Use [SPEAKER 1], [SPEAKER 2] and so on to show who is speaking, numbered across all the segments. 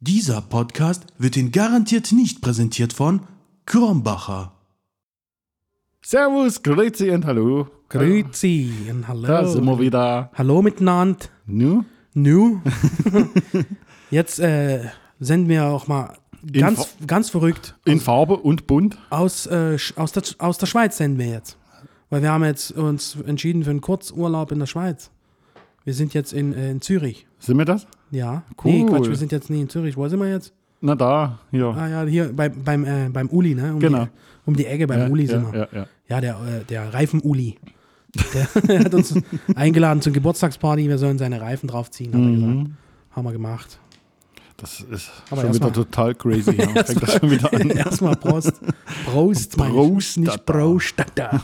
[SPEAKER 1] Dieser Podcast wird Ihnen garantiert nicht präsentiert von Krombacher.
[SPEAKER 2] Servus, Grüezi und Hallo.
[SPEAKER 3] Grüezi und hallo.
[SPEAKER 2] Da sind wir wieder.
[SPEAKER 3] Hallo miteinander.
[SPEAKER 2] Nu?
[SPEAKER 3] Nu. Jetzt äh, senden wir auch mal
[SPEAKER 2] In
[SPEAKER 3] ganz, ganz verrückt
[SPEAKER 2] In Farbe und bunt.
[SPEAKER 3] aus, äh, Sch- aus, der, aus der Schweiz senden wir jetzt. Weil wir haben jetzt uns entschieden für einen Kurzurlaub in der Schweiz. Wir sind jetzt in, äh, in Zürich.
[SPEAKER 2] Sind wir das?
[SPEAKER 3] Ja.
[SPEAKER 2] Cool.
[SPEAKER 3] Nee, Quatsch, wir sind jetzt nie in Zürich. Wo sind wir jetzt?
[SPEAKER 2] Na da, hier.
[SPEAKER 3] Ah ja, hier bei, beim, äh, beim Uli, ne? Um
[SPEAKER 2] Genau.
[SPEAKER 3] Die, um die Ecke beim
[SPEAKER 2] Ja,
[SPEAKER 3] Uli
[SPEAKER 2] ja,
[SPEAKER 3] sind wir.
[SPEAKER 2] ja, ja.
[SPEAKER 3] der, äh, der Reifen-Uli. Der hat uns eingeladen zur Geburtstagsparty, wir sollen seine Reifen draufziehen, hat er
[SPEAKER 2] Mhm.
[SPEAKER 3] gesagt. Haben wir gemacht.
[SPEAKER 2] Das ist
[SPEAKER 3] Aber
[SPEAKER 2] schon
[SPEAKER 3] erst
[SPEAKER 2] wieder
[SPEAKER 3] mal-
[SPEAKER 2] total crazy. hier. Fängt das schon wieder an.
[SPEAKER 3] Erstmal Prost. Prost, meine
[SPEAKER 2] Prost,
[SPEAKER 3] ich. Nicht
[SPEAKER 2] Tata.
[SPEAKER 3] Prostata.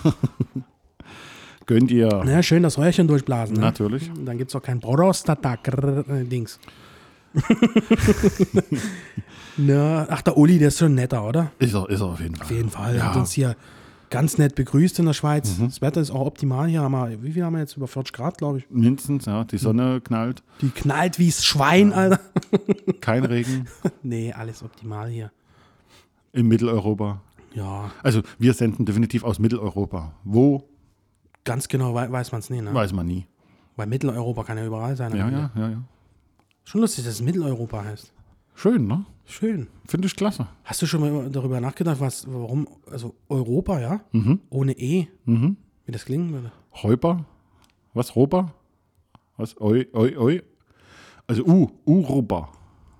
[SPEAKER 2] Gönnt ihr.
[SPEAKER 3] Na, schön das Röhrchen durchblasen. Ne?
[SPEAKER 2] Natürlich.
[SPEAKER 3] Dann gibt es auch kein äh, Prostata-Dings. Na, ach, der Uli, der ist schon netter, oder?
[SPEAKER 2] Ist er, ist er auf jeden Fall.
[SPEAKER 3] Auf jeden Fall. Er
[SPEAKER 2] Ja. Mhm.
[SPEAKER 3] hat uns hier ganz nett begrüßt in der Schweiz. Das Wetter ist auch optimal hier. Haben wir, wie viel haben wir jetzt? Über 40 Grad, glaube ich.
[SPEAKER 2] Mindestens, ja. Die Sonne knallt.
[SPEAKER 3] Die knallt wie's Schwein, Alter.
[SPEAKER 2] Kein Regen
[SPEAKER 3] Nee, alles optimal hier.
[SPEAKER 2] in Mitteleuropa.
[SPEAKER 3] Ja,
[SPEAKER 2] Also, wir senden definitiv aus Mitteleuropa. Wo,
[SPEAKER 3] ganz genau wei- weiß man es nicht, ne?
[SPEAKER 2] weiß man nie.
[SPEAKER 3] Weil Mitteleuropa kann ja überall sein. am
[SPEAKER 2] Ja,
[SPEAKER 3] Ende.
[SPEAKER 2] ja, ja, ja.
[SPEAKER 3] Schon lustig, dass es Mitteleuropa heißt.
[SPEAKER 2] Schön, ne?
[SPEAKER 3] Schön.
[SPEAKER 2] Finde ich klasse.
[SPEAKER 3] Hast du schon mal darüber nachgedacht, was, warum, also Europa, ja? Ohne E,
[SPEAKER 2] Mhm.
[SPEAKER 3] wie das klingen würde?
[SPEAKER 2] Räuber? Was? Rober? Was? Oi, oi, oi. Also U, Uroba.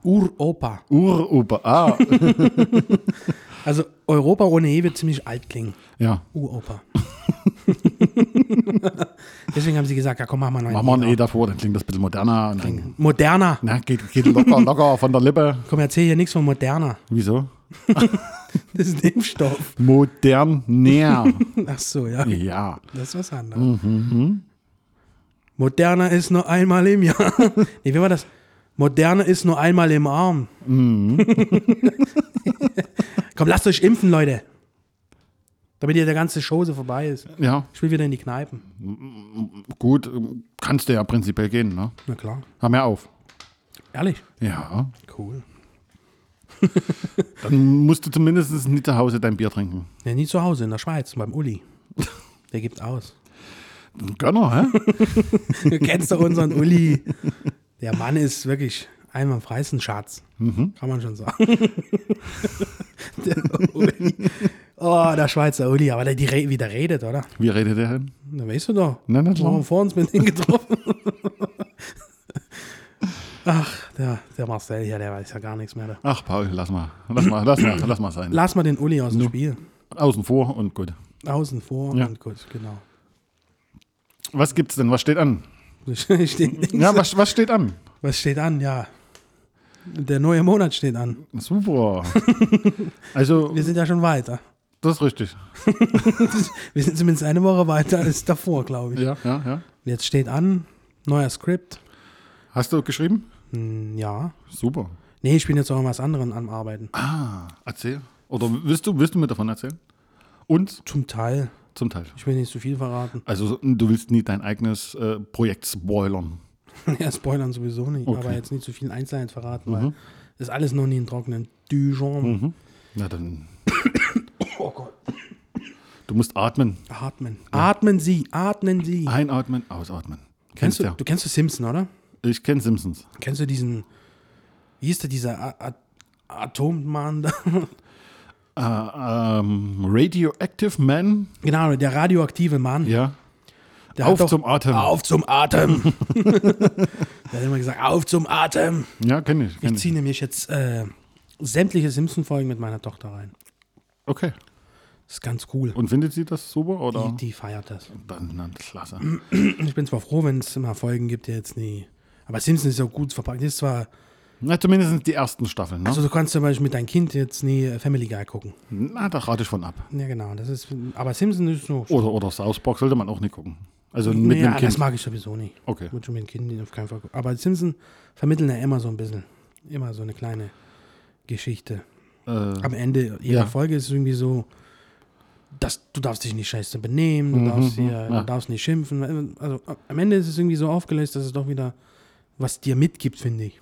[SPEAKER 3] Uropa.
[SPEAKER 2] Uroba. Ah,
[SPEAKER 3] Also Europa ohne E wird ziemlich alt klingen.
[SPEAKER 2] ja.
[SPEAKER 3] Uropa. Deswegen haben sie gesagt, ja komm, mach mal noch
[SPEAKER 2] Machen wir ein E davor, dann klingt das ein bisschen moderner. Und dann,
[SPEAKER 3] Moderner.
[SPEAKER 2] na, geht, geht locker, locker von der Lippe.
[SPEAKER 3] Komm, erzähl hier nichts von Moderner.
[SPEAKER 2] Wieso?
[SPEAKER 3] Das ist ein Impfstoff.
[SPEAKER 2] Modern näher.
[SPEAKER 3] Ach so, ja.
[SPEAKER 2] ja.
[SPEAKER 3] Das ist was anderes. Moderner ist nur einmal im Jahr. nee, wie war das? Moderner ist nur einmal im Arm. Komm, lasst euch impfen, Leute. Damit ihr der ganze Chose vorbei ist.
[SPEAKER 2] Ja,
[SPEAKER 3] Ich will wieder in die Kneipen.
[SPEAKER 2] gut, ähm, kannst du ja prinzipiell gehen, ne?
[SPEAKER 3] Na klar.
[SPEAKER 2] Hör mir auf.
[SPEAKER 3] Ehrlich?
[SPEAKER 2] Ja.
[SPEAKER 3] Cool.
[SPEAKER 2] Dann musst du zumindest nicht zu Hause dein Bier trinken.
[SPEAKER 3] Ja, nie zu Hause, in der Schweiz, beim Uli. Der gibt aus.
[SPEAKER 2] Ein Gönner, hä?
[SPEAKER 3] Du kennst doch unseren Uli. Der Mann ist wirklich einwandfrei, ist ein Schatz.
[SPEAKER 2] Mhm.
[SPEAKER 3] Kann man schon sagen. der Uli. Oh, der Schweizer Uli, aber der, die, re- wie der redet, oder?
[SPEAKER 2] Wie redet der denn?
[SPEAKER 3] Da weißt du doch.
[SPEAKER 2] Na, na klar.
[SPEAKER 3] Wir haben vor uns mit ihm getroffen. Ach, der, der Marcel hier, der weiß ja gar nichts mehr. Der-
[SPEAKER 2] Ach, Paul, lass mal. Lass mal, lass mal, lass mal sein.
[SPEAKER 3] Lass mal den Uli aus dem Spiel.
[SPEAKER 2] Außen vor und gut.
[SPEAKER 3] Außen vor
[SPEAKER 2] Ja.
[SPEAKER 3] und gut, genau.
[SPEAKER 2] Was gibt's denn? Was steht an?
[SPEAKER 3] Steht,
[SPEAKER 2] Ja, was, was steht an?
[SPEAKER 3] Was steht an? Ja. Der neue Monat steht an.
[SPEAKER 2] Super. Also,
[SPEAKER 3] Wir sind ja schon weiter.
[SPEAKER 2] das ist richtig.
[SPEAKER 3] Wir sind zumindest eine Woche weiter als davor, glaube ich.
[SPEAKER 2] Ja, ja, ja.
[SPEAKER 3] Jetzt steht an, neuer Skript.
[SPEAKER 2] Hast du geschrieben?
[SPEAKER 3] Hm, ja.
[SPEAKER 2] Super.
[SPEAKER 3] Nee, ich bin jetzt auch an was anderem am Arbeiten.
[SPEAKER 2] Ah, erzähl. Oder willst du, willst du mir davon erzählen? Und
[SPEAKER 3] Zum Teil.
[SPEAKER 2] zum Teil.
[SPEAKER 3] Ich will nicht zu viel verraten.
[SPEAKER 2] Also, du willst nie dein eigenes äh, Projekt spoilern.
[SPEAKER 3] ja, spoilern sowieso nicht.
[SPEAKER 2] Okay.
[SPEAKER 3] Aber jetzt nicht zu viel Einzelheiten verraten, weil ist alles noch nie in trockenen Dijon.
[SPEAKER 2] Na dann. Oh Gott. Du musst atmen.
[SPEAKER 3] Atmen. Atmen Sie, atmen Sie.
[SPEAKER 2] Einatmen, ausatmen.
[SPEAKER 3] Kennst
[SPEAKER 2] Ah, Kennst
[SPEAKER 3] du, du kennst du Simpson, oder?
[SPEAKER 2] Ich kenn Simpsons.
[SPEAKER 3] Kennst du diesen, wie hieß der, dieser A A Atommann da?
[SPEAKER 2] Äh, ähm, Radioactive Man?
[SPEAKER 3] Genau, der radioaktive Mann.
[SPEAKER 2] Ja.
[SPEAKER 3] Der
[SPEAKER 2] Auf
[SPEAKER 3] hat doch-
[SPEAKER 2] zum Atem.
[SPEAKER 3] Auf zum Atem. der hat immer gesagt, auf zum Atem.
[SPEAKER 2] Ja, kenn ich. Kenn
[SPEAKER 3] Ich
[SPEAKER 2] ich.
[SPEAKER 3] ziehe nämlich jetzt äh, sämtliche Simpson-Folgen mit meiner Tochter rein.
[SPEAKER 2] Okay.
[SPEAKER 3] Das ist ganz cool.
[SPEAKER 2] Und findet sie das super? Oder?
[SPEAKER 3] Die, die feiert das.
[SPEAKER 2] Dann, dann klasse.
[SPEAKER 3] Ich bin zwar froh, wenn es immer Folgen gibt, die jetzt nie. Aber Simpson ist ja gut verpackt. Ist zwar,
[SPEAKER 2] Na, zumindest die ersten Staffeln. Ne?
[SPEAKER 3] also du kannst zum Beispiel mit deinem Kind jetzt nie äh, Family Guy gucken.
[SPEAKER 2] Na, da rate ich von ab.
[SPEAKER 3] Ja, genau. Das ist, aber Simpson ist so.
[SPEAKER 2] Oder, oder South Park sollte man auch nicht gucken. Also Oh, mit
[SPEAKER 3] Naja,
[SPEAKER 2] einem Kind.
[SPEAKER 3] Das mag ich sowieso nicht.
[SPEAKER 2] Okay.
[SPEAKER 3] Ich würde schon mit dem Kind auf keinen Fall gucken. Aber Simpson vermitteln ja immer so ein bisschen. Immer so eine kleine Geschichte.
[SPEAKER 2] äh,
[SPEAKER 3] am Ende jeder
[SPEAKER 2] Ja.
[SPEAKER 3] Folge ist es irgendwie so, dass du darfst dich nicht scheiße benehmen, du darfst hier,
[SPEAKER 2] Mhm, ja.
[SPEAKER 3] du darfst nicht schimpfen. Also am Ende ist es irgendwie so aufgelöst, dass es doch wieder was dir mitgibt, finde ich.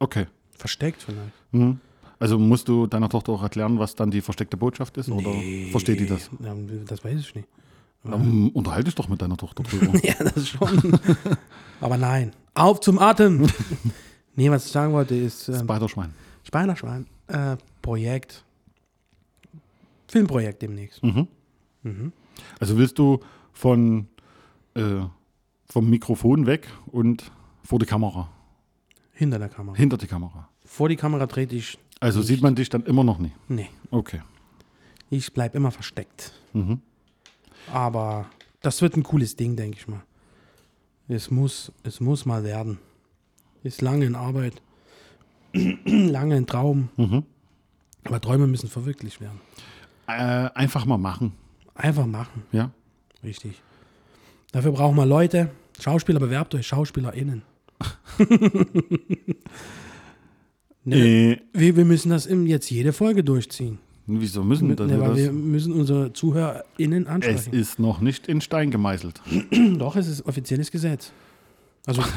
[SPEAKER 2] okay.
[SPEAKER 3] Versteckt vielleicht.
[SPEAKER 2] Also musst du deiner Tochter auch erklären, was dann die versteckte Botschaft ist? Oder versteht die das?
[SPEAKER 3] Ja, das weiß ich nicht.
[SPEAKER 2] Dann unterhalte dich doch mit deiner Tochter drüber.
[SPEAKER 3] Ja, das schon. Aber nein. Auf zum Atem! nee, was ich sagen wollte, ist ähm,
[SPEAKER 2] Spiderschwein.
[SPEAKER 3] Schweinerschwein. Äh, Projekt. Filmprojekt demnächst.
[SPEAKER 2] Mhm. Also willst du von, äh, vom Mikrofon weg und vor die Kamera,
[SPEAKER 3] Hinter der Kamera.
[SPEAKER 2] hinter die Kamera.
[SPEAKER 3] Vor die Kamera trete ich.
[SPEAKER 2] Also sieht man dich dann immer noch nicht.
[SPEAKER 3] Nee.
[SPEAKER 2] Okay.
[SPEAKER 3] Ich bleib immer versteckt.
[SPEAKER 2] Mhm.
[SPEAKER 3] Aber das wird ein cooles Ding, denke ich mal. Es muss, es muss mal werden. Ist lange in Arbeit, lange in Traum.
[SPEAKER 2] Mhm.
[SPEAKER 3] Aber Träume müssen verwirklicht werden.
[SPEAKER 2] Äh, einfach mal machen,
[SPEAKER 3] Einfach machen,
[SPEAKER 2] ja?
[SPEAKER 3] richtig. Dafür brauchen wir Leute. Schauspieler, bewerbt euch, SchauspielerInnen. ne,
[SPEAKER 2] Äh,
[SPEAKER 3] wir, wir müssen das im- jetzt jede Folge durchziehen.
[SPEAKER 2] wieso müssen wir das?
[SPEAKER 3] Ne, weil wir
[SPEAKER 2] das?
[SPEAKER 3] müssen unsere ZuhörerInnen ansprechen.
[SPEAKER 2] Es ist noch nicht in Stein gemeißelt.
[SPEAKER 3] Doch, es ist offizielles Gesetz. Also, also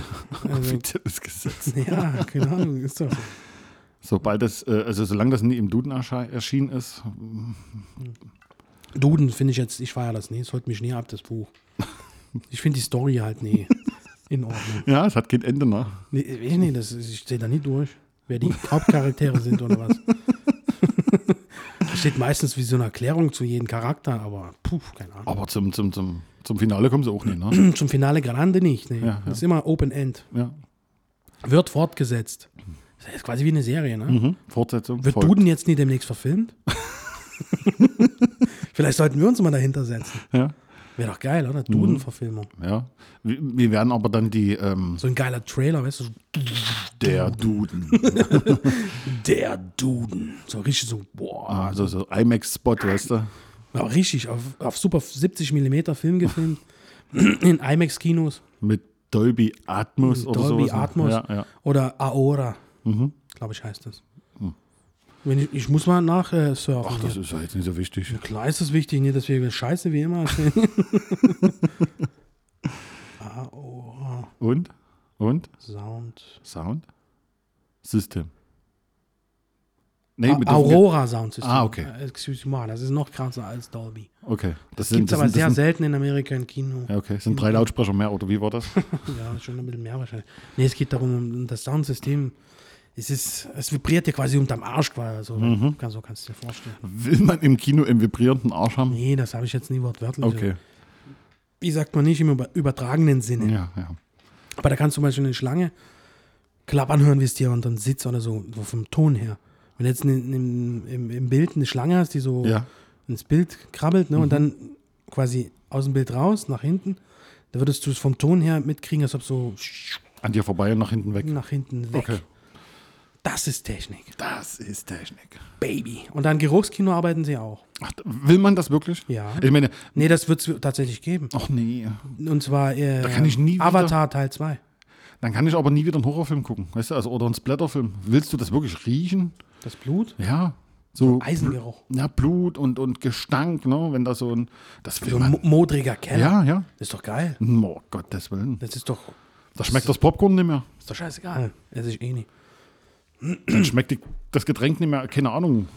[SPEAKER 2] Offizielles Gesetz.
[SPEAKER 3] ja, keine Ahnung, ist doch so.
[SPEAKER 2] Sobald das, äh, also solange das nie im Duden ersche- erschienen ist,
[SPEAKER 3] Duden finde ich jetzt, ich feiere das nie, es holt mich nie ab, das Buch. Ich finde die Story halt nie in Ordnung.
[SPEAKER 2] ja, es hat kein Ende, ne?
[SPEAKER 3] Nee, ich nicht, das, ist- ich sehe da nie durch, wer die Hauptcharaktere sind oder was. Da steht meistens wie so eine Erklärung zu jedem Charakter, aber puh, keine Ahnung.
[SPEAKER 2] Aber zum, zum, zum, zum Finale kommen sie auch nicht, ne?
[SPEAKER 3] Zum Finale Grande nicht, nee.
[SPEAKER 2] Ja, ja.
[SPEAKER 3] Das ist immer Open End.
[SPEAKER 2] Ja.
[SPEAKER 3] Wird fortgesetzt. Das ist quasi wie eine Serie, ne?
[SPEAKER 2] Mhm. Fortsetzung.
[SPEAKER 3] Wird
[SPEAKER 2] folgt.
[SPEAKER 3] Duden jetzt nie demnächst verfilmt? Vielleicht sollten wir uns mal dahinter setzen.
[SPEAKER 2] Ja.
[SPEAKER 3] Wäre doch geil,
[SPEAKER 2] Mhm.
[SPEAKER 3] oder? Duden-Verfilmung.
[SPEAKER 2] ja. Wir, wir werden aber dann die, ähm,
[SPEAKER 3] So ein geiler Trailer, weißt du? so
[SPEAKER 2] der Duden.
[SPEAKER 3] Der Duden. So richtig so, boah.
[SPEAKER 2] Also so IMAX-Spot, weißt du?
[SPEAKER 3] Aber richtig, auf, auf super 70 mm Film gefilmt. In IMAX-Kinos.
[SPEAKER 2] Mit Dolby Atmos oder
[SPEAKER 3] Dolby
[SPEAKER 2] sowas. ne?
[SPEAKER 3] Atmos.
[SPEAKER 2] Ja, Mhm. ja.
[SPEAKER 3] Oder Aora. Glaube ich, heißt das. Wenn ich, ich muss mal nach äh, surfen.
[SPEAKER 2] Mhm. Ach,
[SPEAKER 3] hier.
[SPEAKER 2] das ist ja jetzt nicht so wichtig.
[SPEAKER 3] Klar ist es wichtig, nicht, dass wir Scheiße wie immer erzählen. Aora.
[SPEAKER 2] Und? Und?
[SPEAKER 3] Sound.
[SPEAKER 2] Sound? System. Nee,
[SPEAKER 3] A-
[SPEAKER 2] mit
[SPEAKER 3] Aurora Sound System.
[SPEAKER 2] Ah, okay.
[SPEAKER 3] Äh, Excuse me, das ist noch krasser als Dolby.
[SPEAKER 2] Okay. Das,
[SPEAKER 3] Das gibt es aber
[SPEAKER 2] das
[SPEAKER 3] sehr
[SPEAKER 2] das
[SPEAKER 3] selten in Amerika im Kino.
[SPEAKER 2] Ja, okay. Es sind drei Lautsprecher mehr, oder wie war das?
[SPEAKER 3] Ja. schon ein bisschen mehr wahrscheinlich. Nee, es geht darum, um das Soundsystem. Es, ist, es vibriert dir quasi unterm Arsch, quasi. Also,
[SPEAKER 2] Mhm.
[SPEAKER 3] kann, so kannst du dir vorstellen.
[SPEAKER 2] Will man im Kino einen vibrierenden Arsch haben?
[SPEAKER 3] Nee, das habe ich jetzt nie wortwörtlich. Also,
[SPEAKER 2] Okay.
[SPEAKER 3] Wie sagt man nicht im über- übertragenen Sinne.
[SPEAKER 2] Ja, ja.
[SPEAKER 3] Aber da kannst du zum Beispiel eine Schlange klappern hören, wie es dir unterm Sitz oder so, so vom Ton her. Wenn du jetzt ne- im, im, im Bild eine Schlange hast, die so
[SPEAKER 2] Ja. Mhm.
[SPEAKER 3] ins Bild krabbelt ne, und dann quasi aus dem Bild raus, nach hinten, da würdest du es vom Ton her mitkriegen, als ob so
[SPEAKER 2] An dir vorbei und nach hinten weg.
[SPEAKER 3] nach hinten weg.
[SPEAKER 2] Okay.
[SPEAKER 3] Das ist Technik,
[SPEAKER 2] Das ist Technik.
[SPEAKER 3] Baby. Und an Geruchskino arbeiten sie auch.
[SPEAKER 2] Ach, will man das wirklich?
[SPEAKER 3] Ja.
[SPEAKER 2] Ich meine,
[SPEAKER 3] Nee, das wird es tatsächlich geben.
[SPEAKER 2] ach nee.
[SPEAKER 3] Und zwar äh,
[SPEAKER 2] kann ich nie wieder-
[SPEAKER 3] Avatar Teil 2.
[SPEAKER 2] Dann kann ich aber nie wieder einen Horrorfilm gucken, weißt du, also oder einen Splatterfilm. Willst du das wirklich riechen?
[SPEAKER 3] Das Blut,
[SPEAKER 2] Ja. So,
[SPEAKER 3] Eisengeruch.
[SPEAKER 2] ja, Blut und, und Gestank, ne? Wenn da so ein. Das will
[SPEAKER 3] So ein
[SPEAKER 2] man.
[SPEAKER 3] mo- modriger Keller.
[SPEAKER 2] Ja, ja.
[SPEAKER 3] Ist doch geil.
[SPEAKER 2] Oh Gottes Willen.
[SPEAKER 3] Das ist doch,
[SPEAKER 2] Da schmeckt das Popcorn nicht mehr.
[SPEAKER 3] ist doch scheißegal. Es ist eh nicht.
[SPEAKER 2] Dann schmeckt die, das Getränk nicht mehr, keine Ahnung.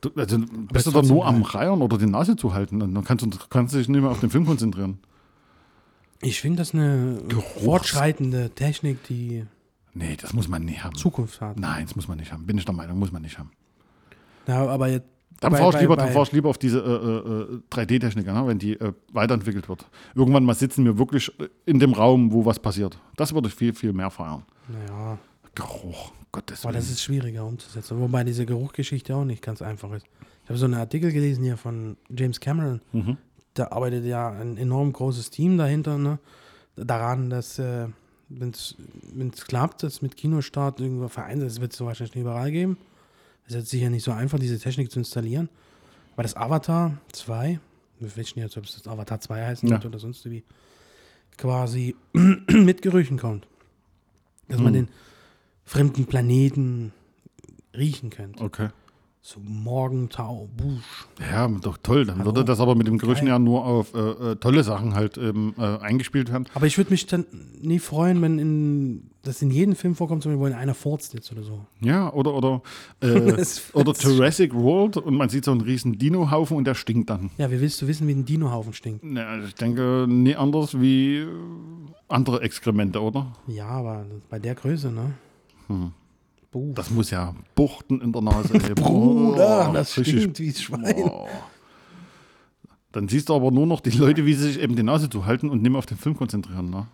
[SPEAKER 2] Du- Also bist du
[SPEAKER 3] ist
[SPEAKER 2] da nur
[SPEAKER 3] trotzdem
[SPEAKER 2] am Reiern oder die Nase zu halten. Dann dann kannst du kannst du dich nicht mehr auf den Film konzentrieren.
[SPEAKER 3] Ich finde das eine fortschreitende Technik, die
[SPEAKER 2] Nee, das muss man nicht haben.
[SPEAKER 3] Zukunft hat.
[SPEAKER 2] Nein, das muss man nicht haben. Bin ich der Meinung, muss man nicht haben.
[SPEAKER 3] Na, aber jetzt.
[SPEAKER 2] Dann
[SPEAKER 3] bei-
[SPEAKER 2] fahr ich
[SPEAKER 3] bei-
[SPEAKER 2] lieber,
[SPEAKER 3] bei-
[SPEAKER 2] dann fahr ich lieber auf diese äh, äh, 3D-Technik, ne? wenn die äh, weiterentwickelt wird. Irgendwann mal sitzen wir wirklich äh, in dem Raum, wo was passiert. Das würde ich viel, viel mehr feiern.
[SPEAKER 3] Naja,
[SPEAKER 2] Geruch, Gottes
[SPEAKER 3] aber
[SPEAKER 2] Willen.
[SPEAKER 3] das ist schwieriger umzusetzen. Wobei diese Geruchgeschichte auch nicht ganz einfach ist. Ich habe so einen Artikel gelesen hier von James Cameron. Da arbeitet ja ein enorm großes Team dahinter, ne? Daran, dass, äh, wenn es klappt, dass mit Kinostart irgendwo vereint ist, wird es so wahrscheinlich nicht überall geben. Es ist jetzt sicher nicht so einfach, diese Technik zu installieren. Aber das Avatar 2, wir wissen jetzt, ob es das Avatar 2 heißen
[SPEAKER 2] Ja.
[SPEAKER 3] wird oder sonst wie, quasi mit Gerüchen kommt. Dass man den fremden Planeten riechen könnte.
[SPEAKER 2] okay.
[SPEAKER 3] So Morgentau, Busch.
[SPEAKER 2] Ja, doch toll. Dann würde
[SPEAKER 3] Hallo.
[SPEAKER 2] das aber mit dem grünen Jahr nur auf äh, äh, tolle Sachen halt eben äh, eingespielt werden.
[SPEAKER 3] Aber ich würde mich dann nie freuen, wenn in, das in jedem Film vorkommt, zum Beispiel, wenn einer furzt jetzt oder so.
[SPEAKER 2] Ja, oder oder, äh,
[SPEAKER 3] Das-
[SPEAKER 2] oder
[SPEAKER 3] das-
[SPEAKER 2] Jurassic World und man sieht so einen riesen Dinohaufen und der stinkt dann.
[SPEAKER 3] Ja, wie willst du wissen, wie ein Dinohaufen stinkt?
[SPEAKER 2] Ja, ich denke, nie anders wie äh, andere Exkremente, oder?
[SPEAKER 3] Ja, aber bei der Größe, ne? Buh.
[SPEAKER 2] Das muss ja Buchten in der Nase geben.
[SPEAKER 3] Bruder,
[SPEAKER 2] Oh,
[SPEAKER 3] das
[SPEAKER 2] richtig.
[SPEAKER 3] stinkt wie das Schwein.
[SPEAKER 2] Oh. Dann siehst du aber nur noch die Leute, wie sie sich eben die Nase zuhalten und nicht mehr auf den Film konzentrieren. Ne?